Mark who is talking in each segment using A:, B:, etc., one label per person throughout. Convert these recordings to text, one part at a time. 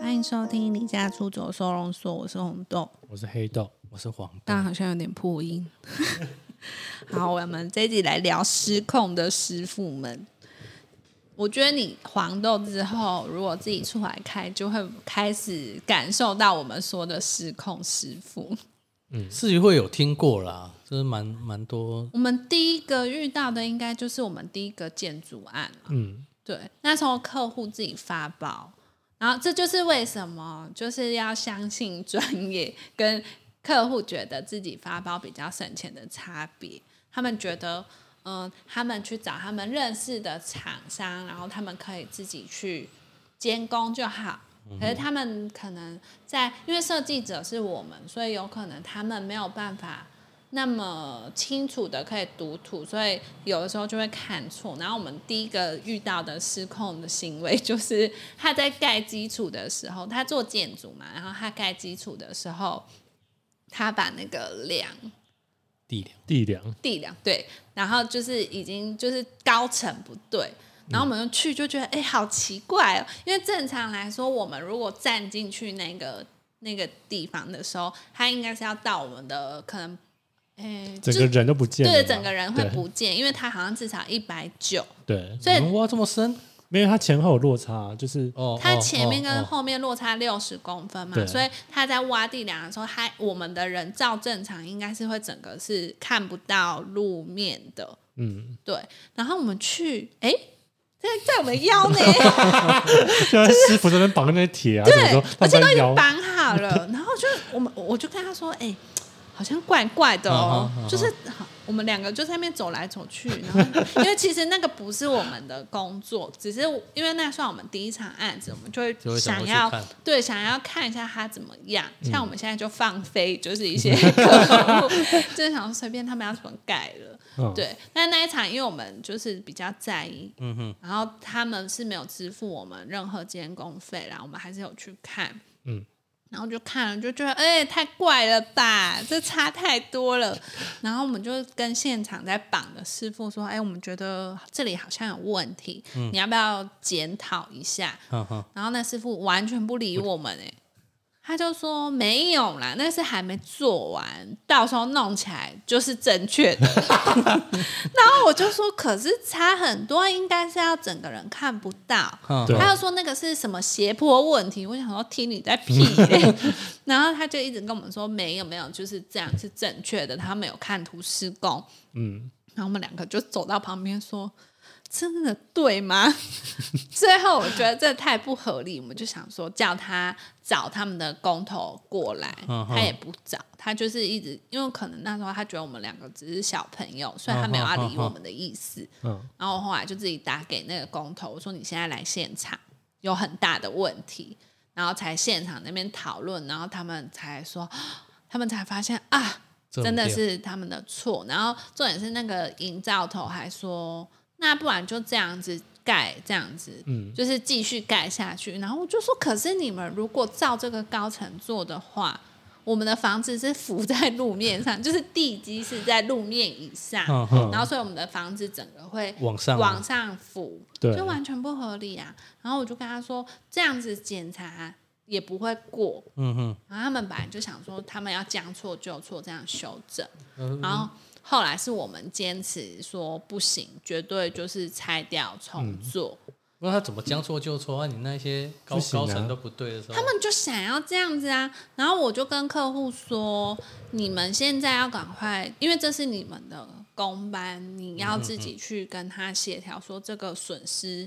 A: 欢迎收听离家出走收容所，我是红豆。
B: 我是黑豆，我是黄豆
A: 但。好像有点破音。 好，我们这一集来聊失控的师傅们。我觉得你黄豆之后，如果自己出来开，就会开始感受到我们说的失控师傅。
B: 嗯，自己会有听过啦，就是蛮蛮多。
A: 我们第一个遇到的，应该就是我们第一个建筑案了。
B: 嗯，
A: 对，那时候客户自己发包，然后这就是为什么就是要相信专业，跟客户觉得自己发包比较省钱的差别。他们觉得，嗯，他们去找他们认识的厂商，然后他们可以自己去监工就好。可是他们可能在，因为设计者是我们，所以有可能他们没有办法那么清楚的可以读图，所以有的时候就会看错。然后我们第一个遇到的失控的行为，就是他在盖基础的时候，他做建筑嘛，然后他盖基础的时候，他把那个梁
B: 地量
C: 地梁，
A: 地梁对，然后就是已经就是高层不对，然后我们就去就觉得哎、诶好奇怪哦，因为正常来说，我们如果站进去那个那个地方的时候，它应该是要到我们的可能，哎、
C: 整
A: 就
C: 个人都不见了吧，
A: 对整个人会
C: 对
A: 不见，因为它好像至少一百九，
C: 对，
A: 所以
B: 你们挖这么深
C: 没有它前后有落差，啊就是
B: 哦，
A: 它
B: 哦
A: 前面
B: 哦
A: 跟
B: 哦
A: 后面落差六十公分嘛，
C: 对
A: 所以他在挖地梁的时候，他我们的人照正常应该是会整个是看不到路面的，
C: 嗯，
A: 对。然后我们去，哎、在在我们腰内，
C: 现在师傅这边绑那些铁啊，
A: 对
C: 什么说，
A: 而
C: 放
A: 且
C: 在
A: 都已经
C: 腰，
A: 绑好了。然后就我们我就跟他说，哎、好像怪怪的哦
B: 嗯哼嗯哼
A: 就是好我们两个就在那边走来走去，然后因为其实那个不是我们的工作，只是因为那算我们第一场案子，我们就
B: 就
A: 会
B: 会想
A: 想要
B: 要去看嗯
A: 对想要看一下他怎么样。像我们现在就放飞，就是一些客户， 就是想说随便他们要怎么改了。
C: 嗯，
A: 对，但那一场因为我们就是比较在意，
B: 嗯哼，
A: 然后他们是没有支付我们任何监工费啦，我们还是有去看，
C: 嗯，
A: 然后就看了就觉得，哎、太怪了吧，这差太多了。然后我们就跟现场在绑的师傅说，哎、我们觉得这里好像有问题，你要不要检讨一下？
B: 嗯哼，
A: 然后那师傅完全不理我们哎、他就说没有啦，那是还没做完，到时候弄起来就是正确的。 然后我就说，可是差很多，应该是要整个人看不到。
B: 嗯
C: 对
A: 他又说那个是什么斜坡问题，我想说听你在屁、欸，然后他就一直跟我们说没有没有，就是这样是正确的，他没有看图施工，
C: 嗯，
A: 然后我们两个就走到旁边说：“真的对吗？” 最后我觉得这太不合理，我们就想说叫他找他们的工头过来，
B: 嗯哼
A: 他也不找，他就是一直因为可能那时候他觉得我们两个只是小朋友，所以他没有要理我们的意思。
B: 哦
C: 嗯，
A: 然后我后来就自己打给那个工头，我说你现在来现场有很大的问题，然后才现场那边讨论，然后他们才说， 他们才发现啊，
B: 这么
A: 真的
B: 屌
A: 是他们的错。然后重点是那个营造头还说，那不然就这样子盖，这样子，
C: 嗯
A: 就是继续盖下去。然后我就说，可是你们如果照这个高层做的话。我们的房子是浮在路面上，就是地基是在路面以上，
B: 嗯哼，
A: 然后所以我们的房子整个会
B: 往上
A: 往上浮，
C: 对
A: 就完全不合理啊。然后我就跟他说，这样子检查也不会过。
B: 嗯哼，
A: 然后他们本来就想说，他们要将错就错，这样修正。
B: 嗯
A: 然后后来是我们坚持说不行，绝对就是拆掉重
B: 嗯
A: 做。
B: 那他怎么将错就错啊？你那些高
C: 不行
B: 高
C: 啊
B: 层都不对的时候，
A: 他们就想要这样子啊。然后我就跟客户说，你们现在要赶快，因为这是你们的公班，你要自己去跟他协调，说这个损失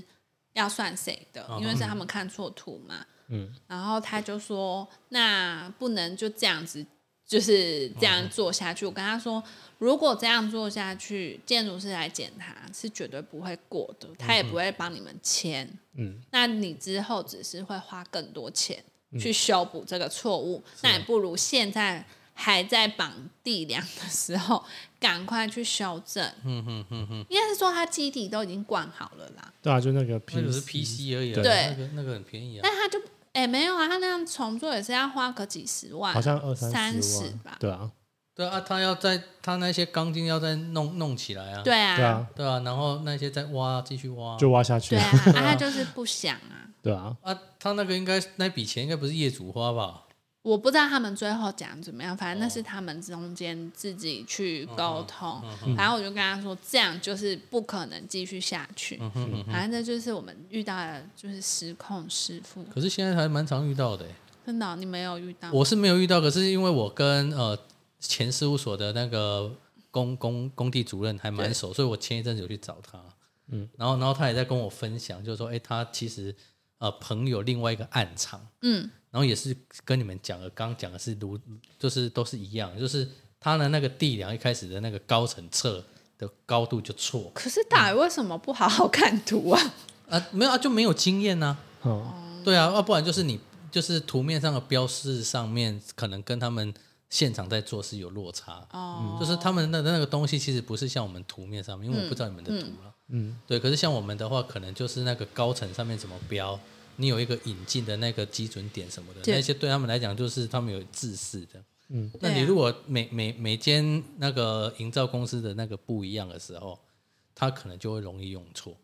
A: 要算谁的，因为是他们看错图嘛。
C: 嗯，
A: 然后他就说，那不能就这样子。就是这样做下去，我跟他说，如果这样做下去，建筑师来检查是绝对不会过的，他也不会帮你们签。
C: 嗯，
A: 那你之后只是会花更多钱去修补这个错误，那也不如现在还在绑地梁的时候，赶快去修正。
B: 嗯哼嗯哼，
A: 应该是说它基底都已经灌好了啦，
C: 对啊，就那个
B: 那
C: P
B: 只是 PC 而已啊，
C: 对
B: 那个那个很便宜啊，
A: 但他就哎、没有啊，他那样重做也是要花个几十万，
C: 好像二
A: 三
C: 十
A: 十
C: 万
A: 吧，
C: 对啊，
B: 对啊，他要在他那些钢筋要再弄弄起来啊，
A: 对啊，
C: 对啊，
B: 对啊，然后那些再挖继续挖啊，
C: 就挖下去
A: 对，啊，啊他就是不想啊。
C: 对啊，
B: 啊，他那个应该那笔钱应该不是业主花吧？
A: 我不知道他们最后讲怎么样，反正
B: 哦
A: 那是他们中间自己去
B: 嗯
A: 沟通。反正我就跟他说，这样就是不可能继续下去。
B: 嗯哼嗯哼。
A: 反正这就是我们遇到的，就是失控师傅。
B: 可是现在还蛮常遇到的欸、
A: 真的哦、你没有遇到？
B: 我是没有遇到，可是因为我跟呃前事务所的那个工工工地主任还蛮熟，所以我前一阵子有去找他，嗯，然后然后他也在跟我分享，就是说，哎、他其实呃朋友另外一个暗场，
A: 嗯，
B: 然后也是跟你们讲的，刚讲的是如就是都是一样，就是他的那个地梁一开始的那个高层侧的高度就错
A: 可是大宇为什么不好好看图啊？
B: 啊，没有啊就没有经验呐、
C: 嗯，
A: 哦
B: 对啊，要不然就是你就是图面上的标示上面，可能跟他们现场在做是有落差，
A: 哦，
B: 就是他们的那个东西其实不是像我们图面上面，因为我不知道你们的图了，嗯，对。可是像我们的话，可能就是那个高层上面怎么标，你有一个引进的那个基准点什么的，
A: 对
B: 那些对他们来讲就是他们有自私的，
C: 嗯。
B: 那
A: 对
B: 你
A: 啊
B: 如果每每每间那个营造公司的那个不一样的时候，他可能就会容易用错，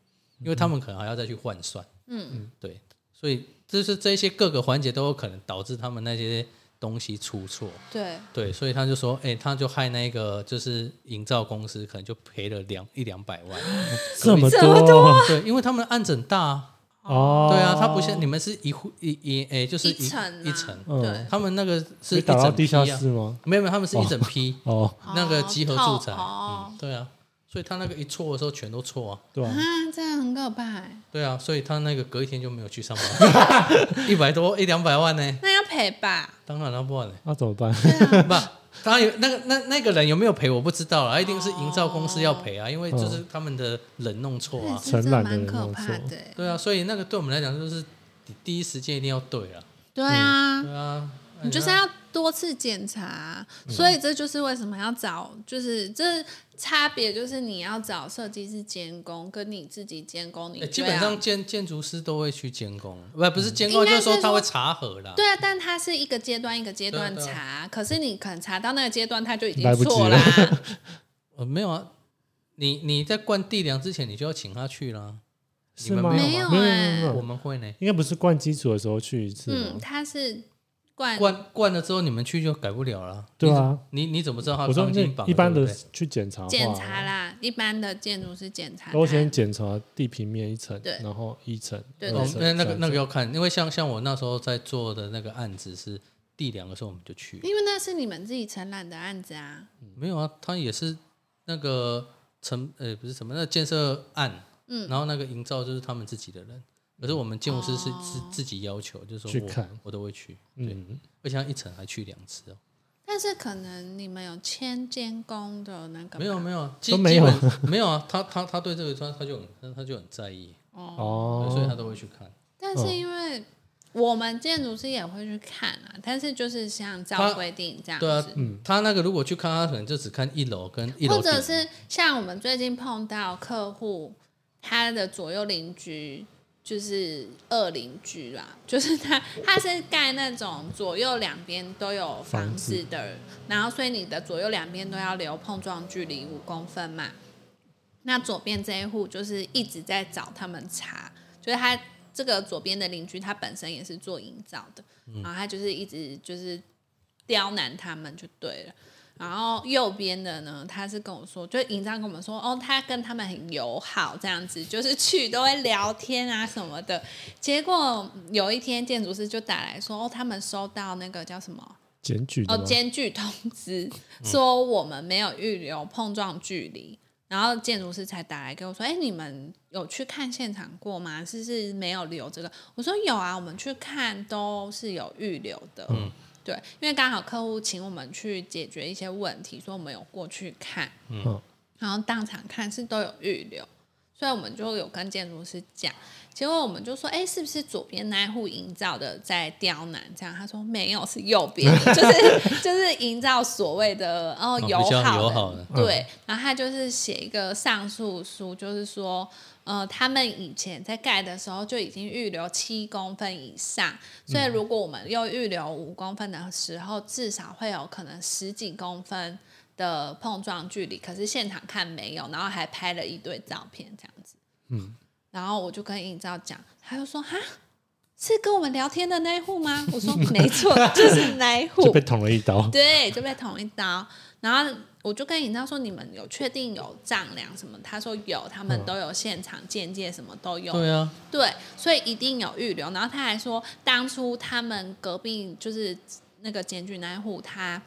B: 因为他们可能还要再去换算。
A: 嗯，
B: 对，所以就是这些各个环节都有可能导致他们那些东西出错。
A: 对，
B: 对，所以他就说，哎、他就害那个就是营造公司可能就赔了两一两百万。
C: 这么
A: 这么
C: 多
B: 对，因为他们的案子很大、啊，
C: 哦，
B: 对啊，他不像你们是一户一一哎、就是
A: 一层啊
B: 一层，
C: 嗯
A: 对
B: 他们那个是
C: 你
B: 一
C: 打到
B: 整
C: 地下
B: 批啊，
C: 室吗？
B: 没有没有，他们是一整批。
C: 哦，
B: 那个
A: 哦
B: 集合
A: 套
B: 住宅，
A: 哦
B: 嗯，对啊，所以他那个一错的时候全都错啊，
C: 对啊，
A: 啊，这样很可怕欸。
B: 对啊，所以他那个隔一天就没有去上班， 一百多一两百万呢，
A: 那要赔吧？
B: 当然了，不然呢，
C: 那怎么办？
A: 对啊，
B: 不，当然有那个那那个人有没有赔我不知道啦，一定是营造公司要赔
C: 哦
B: 啊，因为就是他们的人弄错啊，
A: 这
C: 承
A: 真
C: 揽
A: 的
C: 的人
A: 蛮可
C: 弄
A: 怕
C: 错
A: 的欸。
B: 对啊，所以那个对我们来讲就是你第一时间一定要对啊，
A: 对啊，
B: 对啊，
A: 你就是要多次检查，所以这就是为什么要找，就是这差别就是你要找设计师监工，跟你自己监工，你啊
B: 哎基
A: 最
B: 本
A: 要
B: 上建建筑师都会去监工，不不是监工，
A: 应该
B: 就是是说他
A: 说
B: 会查核啦，
A: 对啊，但它是一个阶段一个阶段
B: 对啊对
A: 查，可是你可能查到那个阶段，它就已经
C: 来不及
A: 错 啦。
B: 呃，没有啊，你你在灌地梁之前，你就要请他去啦。你
C: 是
B: 们
C: 吗？
B: 没有啊
A: 吗
C: 没有
A: 没有啊
C: 没有
B: 我
C: 没有，
B: 们会呢，
C: 应该不是灌基础的时候去一次
A: 嗯，
C: 吗？
A: 它是灌
B: 灌灌了之后你们去就改不了了。
C: 对啊
B: 你怎，你你怎么知道他
C: 我说
B: 钢
C: 那
B: 筋绑了？
C: 一般
B: 对
C: 的
B: 不对
C: 去检查的话，
A: 检查啦，一般的建筑是检查它。
C: 都先检查地平面一层，
A: 对
C: 然后一层，
A: 对
C: 二
B: 哦
C: 层
B: 那那个
C: 三层
B: 那个要看，因为像像我那时候在做的那个案子是地梁的时候，我们就去了。
A: 因为那是你们自己承揽的案子啊。
B: 没有啊，他也是那个成呃不是什么那个建设案，
A: 嗯
B: 然后那个营造就是他们自己的人，可是我们建筑师是
A: 哦
B: 是自己要求，就是
C: 去
B: 说我
C: 看
B: 我都会去，对，
C: 嗯，
B: 而且他一层还去两次哦。
A: 但是可能你们有签监工的那个
B: 没有
A: 吗
B: 没有，基
C: 都没有
B: 基 本没有啊。他他他对这个他他就很他就很在意，
A: 哦，
B: 对所以他
C: 哦，
B: 都会去看。
A: 但
B: 嗯
A: 是因为我们建筑师也会去看啊，但是就是像照
B: 他
A: 规定这样
B: 对啊
A: 子，，
C: 嗯
B: 他那个如果去看，他可能就只看一楼跟一楼
A: 或
B: 顶
A: 者是像我们最近碰到客户，他的左右邻居就是二邻居啦，就是他他是盖那种左右两边都有房子的，然后所以你的左右两边都要留碰撞距离五公分嘛。那左边这一户就是一直在找他们查，就是他这个左边的邻居，他本身也是做营造的，然后他就是一直就是刁难他们就对了。然后右边的呢，他是跟我说，就营造跟我们说，哦，他跟他们很友好，这样子，就是去都会聊天啊什么的。结果有一天，建筑师就打来说，哦，他们收到那个叫什么
C: 检举
A: 哦
C: 的，吗？
A: 间距通 知说我们没有预留碰撞距离，然后建筑师才打来跟我说：“哎、你们有去看现场过吗？是不是没有留这个？”我说：“有啊，我们去看都是有预留的。”嗯，对，因为刚好客户请我们去解决一些问题，所以我们有过去看，
C: 嗯，
A: 然后当场看是都有预留。所以我们就有跟建筑师讲，结果我们就说，哎、是不是左边那一户营造的在刁难？这样他说没有，是右 边，就是就是营造所谓的哦
B: 比
A: 友
B: 较
A: 好的，
B: 友好的嗯
A: 对。然后他就是写一个上诉书，就是说，呃，他们以前在盖的时候就已经预留七公分以上，所
C: 嗯
A: 以如果我们又预留五公分的时候，至少会有可能十几公分的碰撞距离。可是现场看没有，然后还拍了一堆照片这样子。
C: 嗯
A: 然后我就跟尹照讲，他就说哈，是跟我们聊天的那一户吗？我说没 错，就是那一
C: 就
A: 户
C: 被。捅了一刀。
A: 对，就被捅一刀。然后我就跟尹照说，你们有确定有丈量什么？他说有，他们都有现场见界，什么都有。
B: 对啊，
A: 对，所以一定有预留。然后他还说，当初他们隔壁就是那个检举那一户，他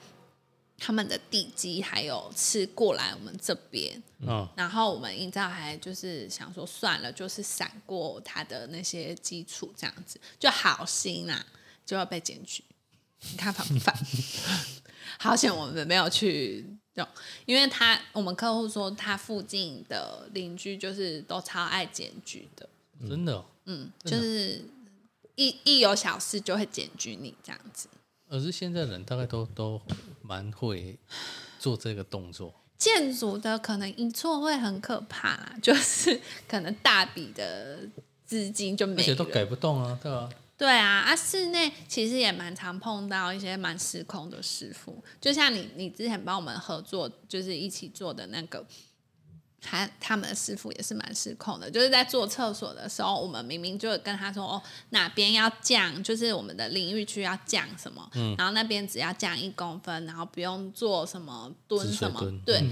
A: 他们的地基还有吃过来我们这边，
B: 嗯，
A: 然后我们营造还就是想说算了，就是闪过他的那些基础，这样子就好心啊，就要被检举。你看反不反？ 好险我们没有去用，因为他我们客户说他附近的邻居就是都超爱检举的，
B: 真的哦、
A: 嗯，
B: 真的
A: 就是一一有小事就会检举你这样子。
B: 可是现在人大概都都蛮会做这个动作，
A: 建筑的可能一错会很可怕啦，就是可能大笔的资金就
B: 而
A: 没
B: 且
A: 了。
B: 都改不动啊，对啊，
A: 对啊，啊，室内其实也蛮常碰到一些蛮失控的师傅，就像你你之前帮我们合作，就是一起做的那个，他他们的师傅也是蛮失控的，就是在做厕所的时候，我们明明就跟他说哦哪边要降，就是我们的淋浴区要降什么，然后那边只要降一公分，然后不用做什么蹲
B: 止水
A: 什么，
B: 蹲
A: 对。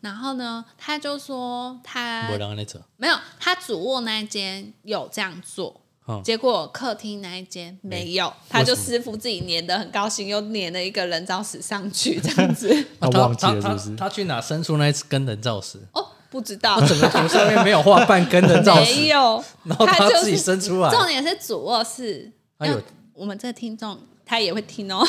A: 然后呢，他就说他
B: 我让那走，
A: 没有，他主卧那一间有这样做，
B: 嗯
A: 结果客厅那一间没有，他就师傅自己粘的很高兴，又粘了一个人造石上去，这样子。
C: 他忘记了是不
B: 啊他
C: 是？
B: 他去哪伸出那一根人造石？
A: 哦，不知道，
B: 整个图上面没有画半根 人造
A: 没
B: 石，
A: 有，
B: 然后
A: 他
B: 他
A: 就是
B: 自己伸出来，
A: 重点是主卧室，
B: 他有
A: 那我们这个听众他也会听 哦，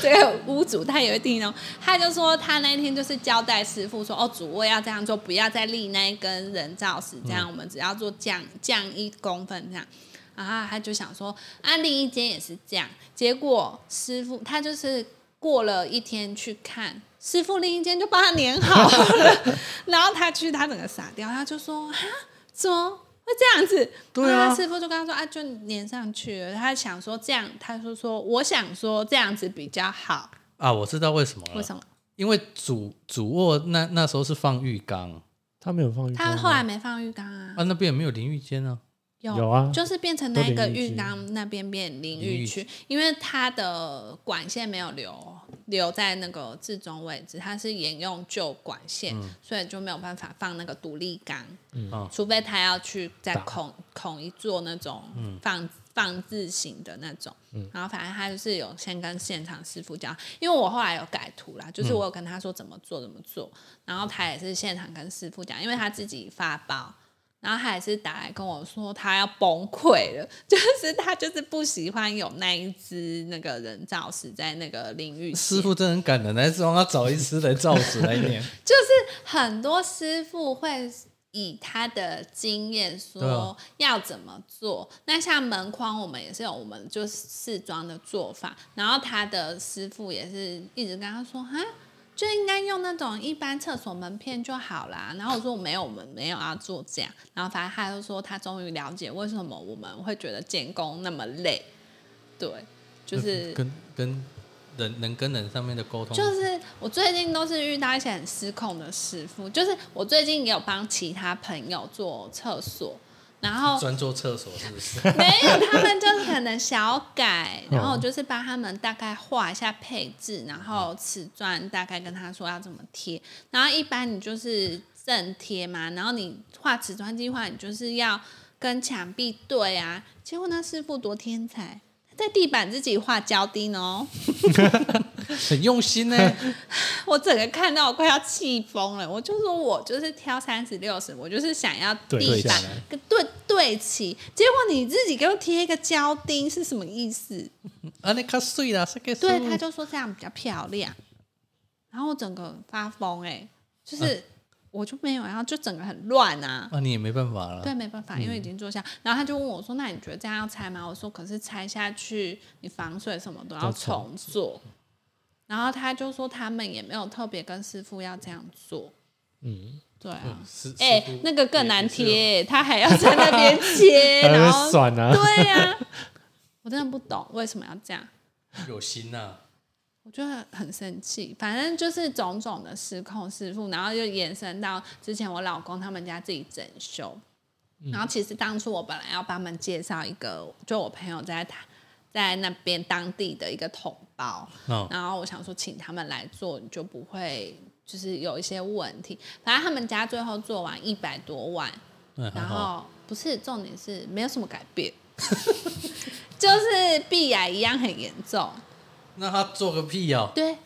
A: 这个屋主他也会听哦。他就说他那天就是交代师傅说，哦，主卧要这样做，不要再立那一根人造石，这样、我们只要做降降一公分这样。然后他就想说，啊，另一间也是这样。结果师傅他就是过了一天去看，师傅另一间就帮他粘好了。然后他去，他整个傻掉，他就说，哈，怎么会这样子？
B: 对啊
A: 然后他师傅就跟他说，啊，就粘上去了。他想说这样，他就说，我想说这样子比较好。
B: 啊，我知道为什么了，
A: 为什么？
B: 因为主主卧那那时候是放浴缸
C: 他没有放浴缸
A: 他
C: 吗，
A: 后来没放浴缸啊？
B: 啊，那边也没有淋浴间啊，
A: 有
C: 有啊
A: 就是变成那一个
C: 都淋浴
A: 浴
C: 区
A: 缸那边变淋
B: 淋
A: 浴
B: 浴
A: 区，因为它的管线没有留留在那个置中位置，它是沿用旧管线，
B: 嗯
A: 所以就没有办法放那个独立缸，
C: 嗯
B: 哦
A: 除非他要去再
C: 打
A: 孔孔一座那种
B: 嗯
A: 放、放置型的那种，然后反正他就是有先跟现场师傅讲，因为我后来有改图啦，就是我有跟他说怎么做怎么做，然后他也是现场跟师傅讲，因为他自己发包。然后他也是打来跟我说他要崩溃了， 就是他就是不喜欢有那一只那个人造石在那个淋浴间
B: 师傅真的很感人，还是帮他找一只人造石来念，
A: 就是很多师傅会以他的经验
B: 对
A: 说
B: 啊
A: 要怎么做。那像门框，我们也是有我们就是试装的做法，然后他的师傅也是一直跟他说哈。就应该用那种一般厕所门片就好啦。然后我说没有，我们没有要做这样。然后反正他就说他终于了解为什么我们会觉得建工那么累，对， 就是
B: 跟跟人人跟人上面的沟通，
A: 就是我最近都是遇到一些很失控的师傅，就是我最近也有帮其他朋友做厕所，然 后
B: 专做厕所是不 是？
A: 没有他们就是可能小改，
C: 哦
A: 然后我就是帮他们大概画一下配置，然后瓷砖大概跟他说要怎么贴，然后一般你就是正贴嘛，然后你画瓷砖计划，你就是要跟墙壁对啊，结果那师傅多天才，他在地板自己画胶钉哦。
B: 很用心呢、
A: 我整个看到我快要气疯了，我就说我就是挑三十六十，我就是想要
C: 对
A: 地
C: 下
A: 板
C: 来
A: 跟对对齐，结果你自己给我贴一个胶钉是什么意
C: 嗯
A: 思？
B: 啊，你卡碎啦，这个是
A: 对，他欸
C: 嗯
A: 就说这样比较漂亮，然后我整个发疯哎、就是我就没有，然后就整个很乱啊。
B: 那、你也没办法了。
A: 对，没办法，因为已经做下。然后他就问我说：“那你觉得这样要拆吗？”我说：“可是拆下去，你防水什么都要
C: 都重
A: 重做。”然后他就说他们也没有特别跟师傅要这样做。嗯，对啊。
B: 是
A: 哎、
B: 是不
A: 那个更
B: 也
A: 难
B: 也是
A: 贴，他还要在那边切，
C: 还
A: 然
C: 会
A: 后
C: 算啊，
A: 对呀、我真的不懂为什么要这样，
B: 有心啊呐、
A: 我就很生气。反正就是种种的失控失误，然后又延伸到之前我老公他们家自己整修，然后其实当初我本来要帮他们介绍一个，就我朋友在他在那边当地的一个同胞，
B: 哦，
A: 然后我想说请他们来做，你就不会就是有一些问题。反正他们家最后做完一百多万，
B: 那
A: 然
B: 很好。
A: 后不是重点是没有什么改变， 就是碧雅一样很严重，
B: 那他做个屁哦！
A: 对，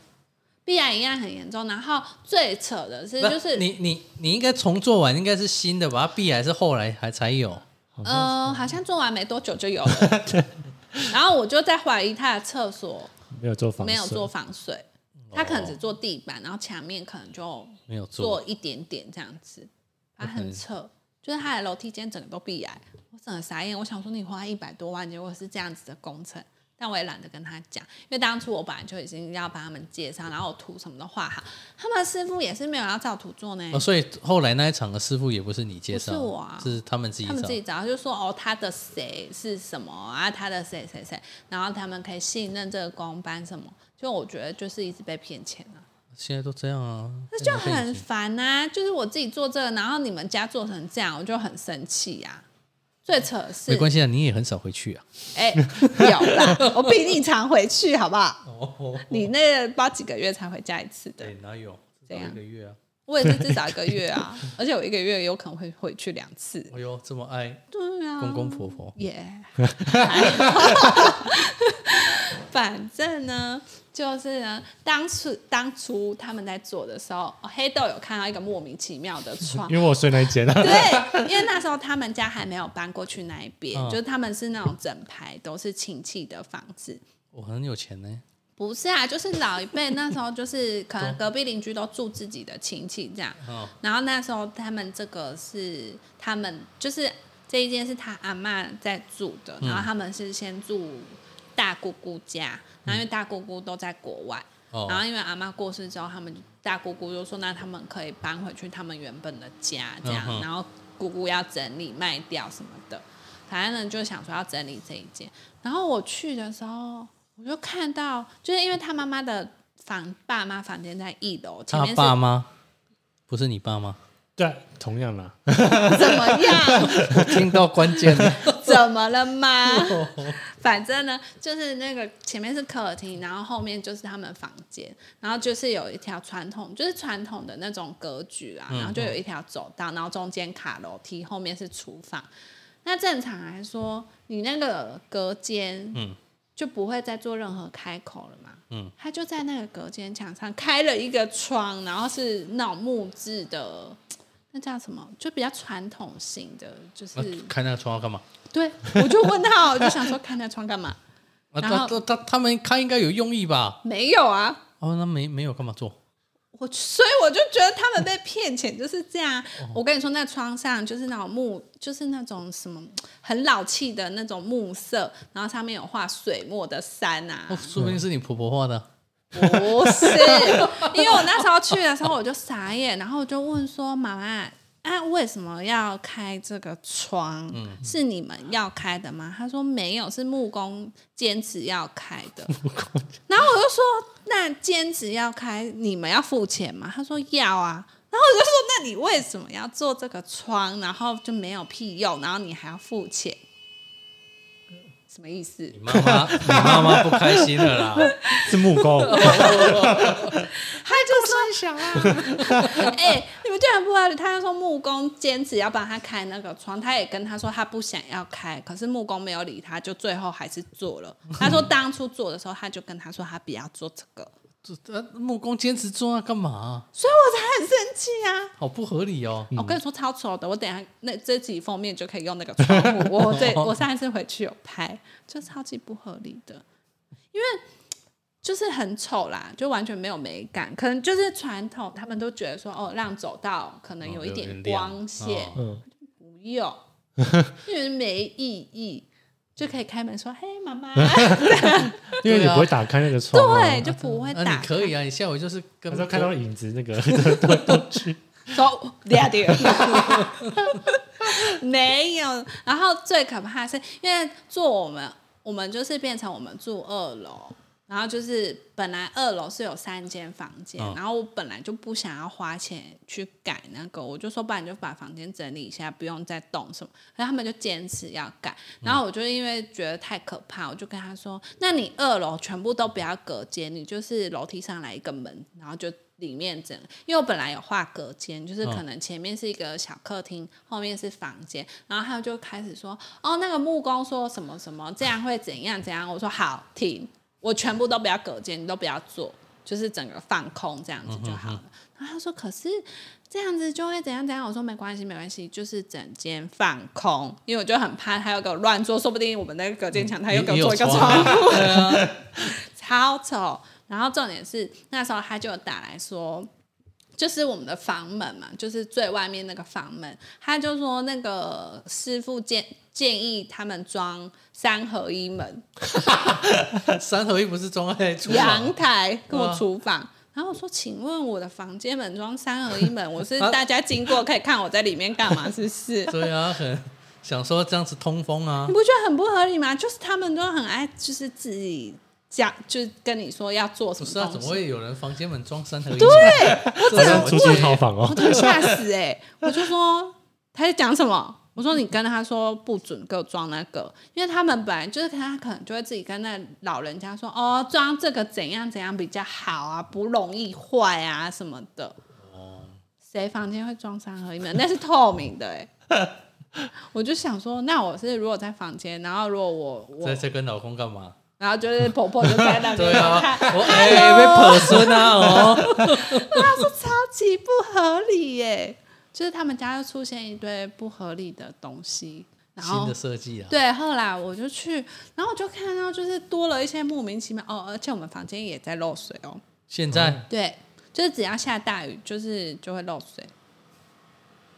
A: 碧雅一样很严重。然后最扯的是，
B: 那
A: 就是
B: 你你你应该重做完，应该是新的吧？它必还是后来还才有？
C: 好像
A: 呃，好像做完没多久就有 了，然后我就在怀疑他的厕所
C: 没有做防
A: 没有
C: 水
A: 做防水。他可能只
B: 哦
A: 做地板，然后墙面可能就
B: 没有做
A: 做一点点这样子，他很
B: OK
A: 扯，就是他的楼梯间整个都闭矮，我整个傻眼。我想说你花一百多万，结果是这样子的工程，但我也懒得跟他讲，因为当初我本来就已经要帮他们介绍，然后我图什么都画好，他们师傅也是没有要照图做呢。
B: 哦，所以后来那一场的师傅也不是你介绍，
A: 不是我啊
B: 是他们自己
A: 他
B: 找。
A: 们自己找，就说哦，他的谁是什么啊，他的谁谁谁，然后他们可以信任这个公班什么，就我觉得就是一直被骗钱啊。
B: 现在都这样啊，
A: 那就
B: 现在都被
A: 很
B: 你
A: 烦啊！就是我自己做这个，然后你们家做成这样，我就很生气呀、最扯的是
B: 没，关系啊，你也很少回去啊。
A: 哎、有啦，我比你常回去，好不好？
B: 哦，
A: 你那个不知道几个月才回家一次的
B: 对，，哎哪有？
A: 怎样
B: 一个月啊？
A: 我也是至少一个月啊， 而且我一个月有可能会回去两次。
B: 哎呦，这么爱
A: 对啊，
B: 公公婆婆，
A: 耶、反正呢，就是呢，当初当初他们在做的时候，哦黑豆有看到一个莫名其妙的窗，
C: 因为我睡那一 间啊，
A: 对，因为那时候他们家还没有搬过去那一边，
B: 嗯
A: 就是他们是那种整排都是亲戚的房子。
B: 我很有钱呢。
A: 不是啊，就是老一辈那时候就是可能隔壁邻居都住自己的亲戚这样，
B: 哦，
A: 然后那时候他们这个是他们就是这一间是他阿嬷在住的，然后他们是先住大姑姑家，然后因为大姑姑都在国外，
B: 哦
A: 然后因为阿妈过世之后，他们大姑姑就说，那他们可以搬回去他们原本的家，这样，
B: 嗯哼
A: 然后姑姑要整理卖掉什么的，反正呢就想说要整理这一间。然后我去的时候，我就看到，就是因为他妈妈的房爸妈房间在一楼，前
B: 他
A: 面是
B: 爸妈不是你爸妈，
C: 对，同样啦，
A: 怎么样？
B: 听到关 键了。
A: 怎么了 吗？反正呢，就是那个前面是客厅，然后后面就是他们房间，然后就是有一条传统，就是传统的那种格局
B: 嗯
A: 啦，然后就有一条走道，然后中间卡楼梯，后面是厨房。那正常来说，你那个隔间，
B: 嗯
A: 就不会再做任何开口了嘛，
B: 嗯，
A: 他就在那个隔间墙上开了一个窗，然后是那种木质的。那叫什么？就比较传统型的，就是
B: 那开那个窗要干嘛？
A: 对，我就问他，我就想说看那窗干嘛？
B: 啊，
A: 然后
B: 他他他他们开应该有用意吧？
A: 没有啊，
B: 哦，那没没有干嘛做？
A: 我所以我就觉得他们被骗钱就是这样啊。我跟你说，那窗上就是那种木，就是那种什么很老气的那种木色，然后上面有画水墨的山啊
B: 哦，，说不定是你婆婆画的啊。
A: 不是，因为我那时候去的时候我就傻眼，然后我就问说妈妈。啊，为什么要开这个窗？是你们要开的吗？他说没有，是木工坚持要开的。然后我就说，那兼职要开，你们要付钱吗？他说要啊。然后我就说，那你为什么要做这个窗？然后就没有屁用，然后你还要付钱，什么意思
B: 你？妈妈， 你妈妈不开心了啦。
C: 是木 工，
A: 他就说小啊，哎、你们居然不了解，他就说木工兼职要帮他开那个窗，他也跟他说他不想要开，可是木工没有理他，就最后还是做了。他说当初做的时候，他就跟他说他不要做这个，
B: 这呃木工坚持做那干嘛啊？
A: 所以我才很生气啊。
B: 好不合理哦。
A: 我跟你说超丑的，我等一下那这集封面就可以用那个窗户。
B: 哦
A: 我对我上一次回去有拍，就超级不合理的，因为就是很丑啦，就完全没有美感。可能就是传统，他们都觉得说，哦，让走道可能有一点光线，
B: 哦
C: 嗯，
A: 不用，因为没意义，就可以开门说，嘿，妈 妈，
C: 因为你
B: 对啊
C: 不会打开那个窗啊，
A: 对，就不会
B: 哦那、
A: 打
B: 你
A: 开。
B: 可以啊，你下午就是跟
C: 他说看到影子那个都都去，
A: 说 there 没有。然后最可怕的是，因为住我们，我们就是变成我们住二楼，然后就是本来二楼是有三间房间，
B: 嗯
A: 然后我本来就不想要花钱去改那个，我就说不然你就把房间整理一下，不用再动什么。可是他们就坚持要改，然后我就因为觉得太可怕，我就跟他说：“那你二楼全部都不要隔间，你就是楼梯上来一个门，然后就里面整。因为我本来有画隔间，就是可能前面是一个小客厅，后面是房间，然后他们就开始说：哦，那个木工说什么什么，这样会怎样怎样。我说好，停，我全部都不要隔间，你都不要做，就是整个放空这样子就好
B: 嗯
A: 了。然后他说：“可是这样子就会怎样怎样。”我说：“没关系，没关系，就是整间放空，因为我就很怕他又给我乱做，说不定我们那个隔间墙他又给我做一个
B: 你你有
A: 窗
B: 窗
A: 户， 超丑。”然后重点是那时候他就有打来说。就是我们的房门嘛，就是最外面那个房门，他就说那个师傅建建议他们装三合一门，
B: 三合一不是装在厨
A: 阳
B: 房，哦
A: 台跟我
B: 哇
A: 厨房。然后我说：“请问我的房间门装三合一 门，我是大家经过可以看我在里面干嘛，是不是？
B: 对啊，很想说这样子通风啊
A: 你，不觉得很不合理吗？就是他们都很爱，就是自己讲，就是跟你说要做什
B: 不
A: 么
B: 是啊，
A: 东
B: 怎么
A: 西。
B: 会有人房间门装三合一？对，
C: 好像 出租套房
A: 我
C: 哦，
A: 都吓死哎、我就说他在讲什么？我说你跟他说不准给我装那个，因为他们本来就是他可能就会自己跟那老人家说哦，装这个怎样怎样比较好啊，不容易坏啊什么的。谁房间会装三合一门？那是透明的哎、 我就想说，那我是如果在房间，然后如果我我
B: 在，在跟老公干嘛？
A: 然后就是婆婆就在那边
B: 对啊
A: 看，
B: 我哎被婆孙啊哦，
A: 超级不合理耶！就是他们家又出现一堆不合理的东西，然
B: 新
A: 后
B: 的设计啊，
A: 对，后来我就去，然后我就看到就是多了一些莫名其妙哦，而且我们房间也在漏水哦，
B: 现在
A: 对，就是只要下大雨，就是就会漏水，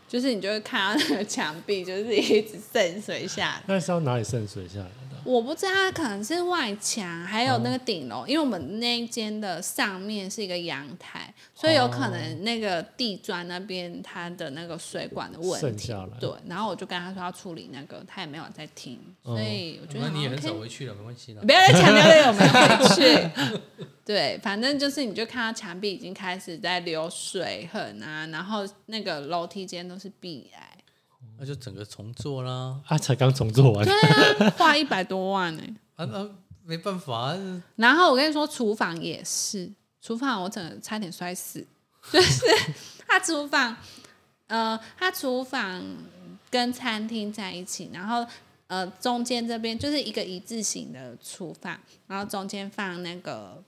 A: 就是你就会看到那个墙壁就是一直渗水下来。
C: 那是要哪里渗水下来的？
A: 我不知道，它可能是外墙，还有那个顶楼，因为我们那一间的上面是一个阳台，所以有可能那个地砖那边它的那个水管的问
C: 渗
A: 题
C: 下。来
A: 对，然后我就跟他说要处理那个，他也没有在听，
C: 哦
A: 所以我觉得
B: 那你也
A: 好
B: 很少
A: OK
B: 回去了，没关系啦。
A: 不要再强调了，我们 回去。对，反正就是你就看到墙壁已经开始在流水痕啊，然后那个楼梯间都是壁癌。
B: 那就整个重做啦。
C: 啊，才刚重做完
A: 对，啊，花一百多万呢、欸
B: 啊啊，没办法、啊，
A: 然后我跟你说，厨房也是，厨房我整个差点摔死， 就是他厨房，呃，他厨房跟餐厅在一起，然后呃中间这边就是一个一字形的厨房，然后中间放那个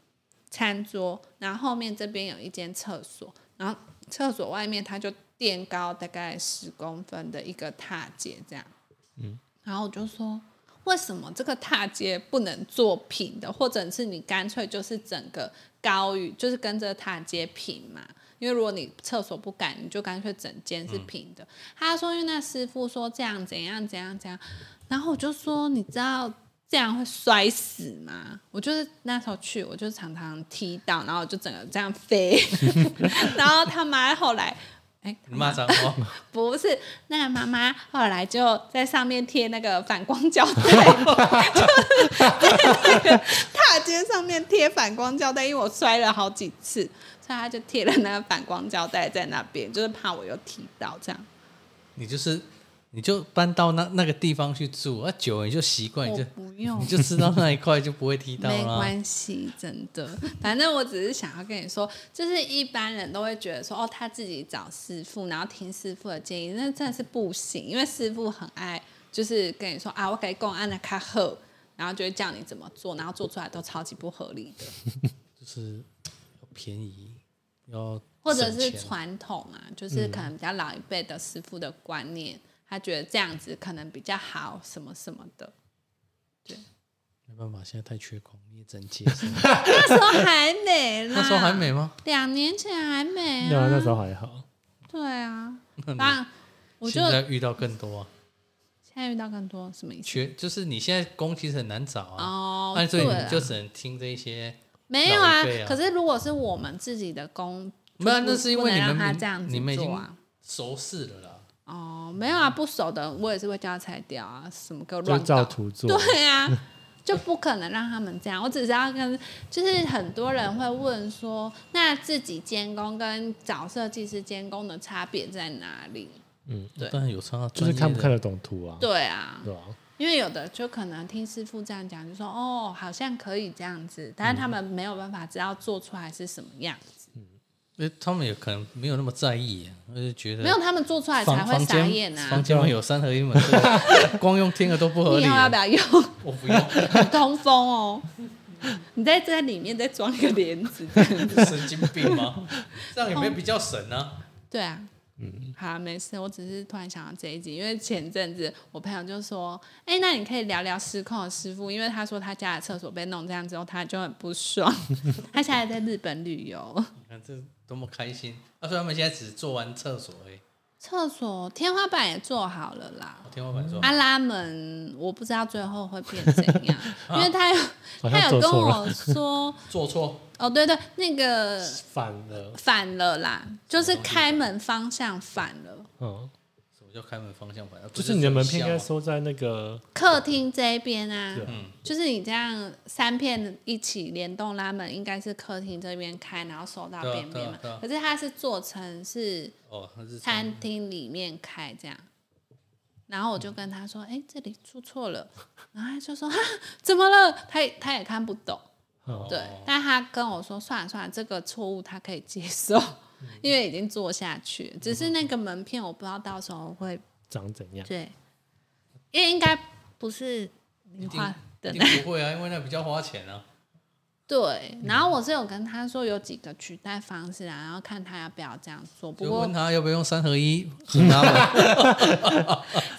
A: 餐桌，然后后面这边有一间厕所，然后厕所外面它就垫高大概十公分的一个踏阶这样，然后我就说，为什么这个踏阶不能做平的，或者是你干脆就是整个高于，就是跟着踏阶平嘛？因为如果你厕所不改，你就干脆整间是平的。他说，因为那师傅说这样怎样怎样怎样，然后我就说，你知道这样会摔死吗？我就是那时候去，我就常常踢到，然后我就整个这样飞， 然后他妈后来，哎、
B: 你哦骂脏话，
A: 不是，那个妈妈后来就在上面贴那个反光胶带， 就是在那个踏阶上面贴反光胶带，因为我摔了好几次，所以她就贴了那个反光胶带在那边，就是怕我又踢到这样。
B: 你就是你就搬到那那个地方去住，啊久了你就习惯，你
A: 我
B: 就
A: 不用
B: 你，就知道那一块就不会踢到
A: 哦 没
B: 啦。
A: 关系，真的。反正我只是想要跟你说，就是一般人都会觉得说，哦，他自己找师傅，然后听师傅的建议，那真的是不行，因为师傅很爱就是跟你说啊，我给公安的卡后，然后就会叫你怎么做，然后做出来都超级不合理的，
B: 就是要便宜，要
A: 或者
B: 省
A: 是
B: 钱嗯
A: 传统啊，就是可能比较老一辈的师傅的观念，他觉得这样子可能比较好，什么什么的。
B: 没办法，现在太缺工，你也只能接受。
A: 那时候还美啦，
B: 那时候还，美吗？
A: 两年前还美
C: 对啊，那时
A: 候
C: 候还好，
A: 对啊，
B: 那你
A: 那我就
B: 现在遇到更多啊，
A: 现在遇到更多什么意思？
B: 缺就是你现在工其实很难找啊，
A: 哦，
B: 那所以
A: 对啦
B: 你就只能听这一些。
A: 没有啊
B: 老一辈啊
A: 可是如果是我们自己的工，
B: 没有啊
A: 就不
B: 那是因为
A: 不能
B: 你们
A: 让他
B: 明
A: 这样子
B: 你们已经
A: 做啊。
B: 熟识了啦，
A: 哦，没有啊，不熟的我也是会叫他裁掉啊，什么给我
C: 就
A: 乱
C: 照
A: 搞。
C: 图做。
A: 对啊，就不可能让他们这样。我只是要跟，就是很多人会问说，那自己监工跟找设计师监工的差别在哪里？对
B: 当然有差啊，
C: 就是看不看
B: 专业的
C: 得懂图啊，
A: 对啊，
C: 对吧？
A: 因为有的就可能听师傅这样讲，就说哦，好像可以这样子，但
B: 嗯
A: 是他们没有办法知道做出来是什么样子，
B: 因为他们也可能没有那么在意，就是觉得
A: 没有他们做出来才
B: 房
A: 会
B: 房
A: 傻
B: 间
A: 眼啊
B: 房。间门有三合一门，这 个光用听了都不合
A: 你以
B: 理
A: 后要
B: 啊
A: 不。要用
B: 我不用，
A: 通风哦？你在这里面再装一个帘子，
B: 神经病 吗？这样有没有比较神呢？
A: 对啊， 嗯，好，没事，我只是突然想到这一集，因为前阵子我朋友就说，哎、那你可以聊聊失控的师傅，因为他说他家的厕所被弄这样之后，他就很不爽， 他现在在日本旅游，
B: 你看这多么开心！啊，所以他们现在只做完厕所而已，
A: 厕所天花板也做好了啦。
B: 天花板说
A: 阿拉门，我不知道最后会变怎样，因为他有
C: 好
A: 他
C: 像
A: 有跟
C: 做错了，
A: 我说，
B: 做错，
A: 哦，对对，那个
C: 反了，
A: 反了啦，就是开门方向反了。
C: 嗯，
B: 什么叫开门方向反？啊不
C: 就是你的门片应
B: 笑啊
C: 该收在那个，
A: 客厅这边啊
C: 对，啊
B: 嗯，
A: 就是你这样三片一起联动拉门，应该是客厅这边开，然后收到
B: 对啊
A: 边边嘛
B: 对啊。
A: 可是它是做成是
B: 哦，那是
A: 餐厅里面开这样。然后我就跟他说：“哎、这里出错了。”然后他就说：“哈，怎么了？”他也他也看不懂，
C: 嗯，
A: 对
B: 哦。
A: 但他跟我说：“算了算了，这个错误他可以接受，
B: 嗯
A: 因为已经做下去了。只是那个门片我不知道到时候会
C: 长怎
B: 嗯
C: 样？
A: 对，因为应该不是你画的
B: 一
A: 那
B: 定不嗯会啊，因为那比较花钱啊。
A: 对。然后我是有跟他说有几个取代方式啊，然后看他要不要这样做。不
B: 就
A: 过
B: 问他要不要用三合一请 他们，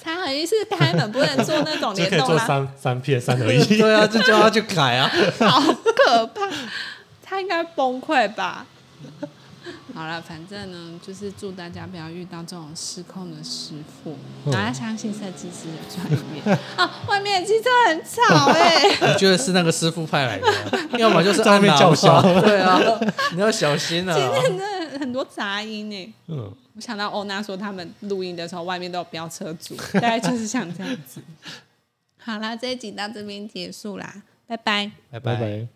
A: 他好像是开门不能做 那种
C: 就
A: 联
C: 可以
A: 动
C: 做
A: 拉
C: 三三片 三合一，
B: 对啊，就叫他去改啊。
A: 好可怕，他应该崩溃吧？好了，反正呢，就是祝大家不要遇到这种失控的师傅，
B: 嗯
A: 然后要相信设计师的专业 啊！外面的汽车很吵哎、
B: 我觉得是那个师傅派来的啊、 要么就是
C: 在那边
B: 按喇叭
C: 叫嚣
B: 对啊，你要小心啊。
A: 真的很多杂音哎、
C: 嗯，
A: 我想到欧哦娜说他们录音的时候，外面都有飙车族，大概就是 像这样子。好啦，这一集到这边结束啦，拜拜。
B: 拜
C: 拜
B: 拜。
C: 拜。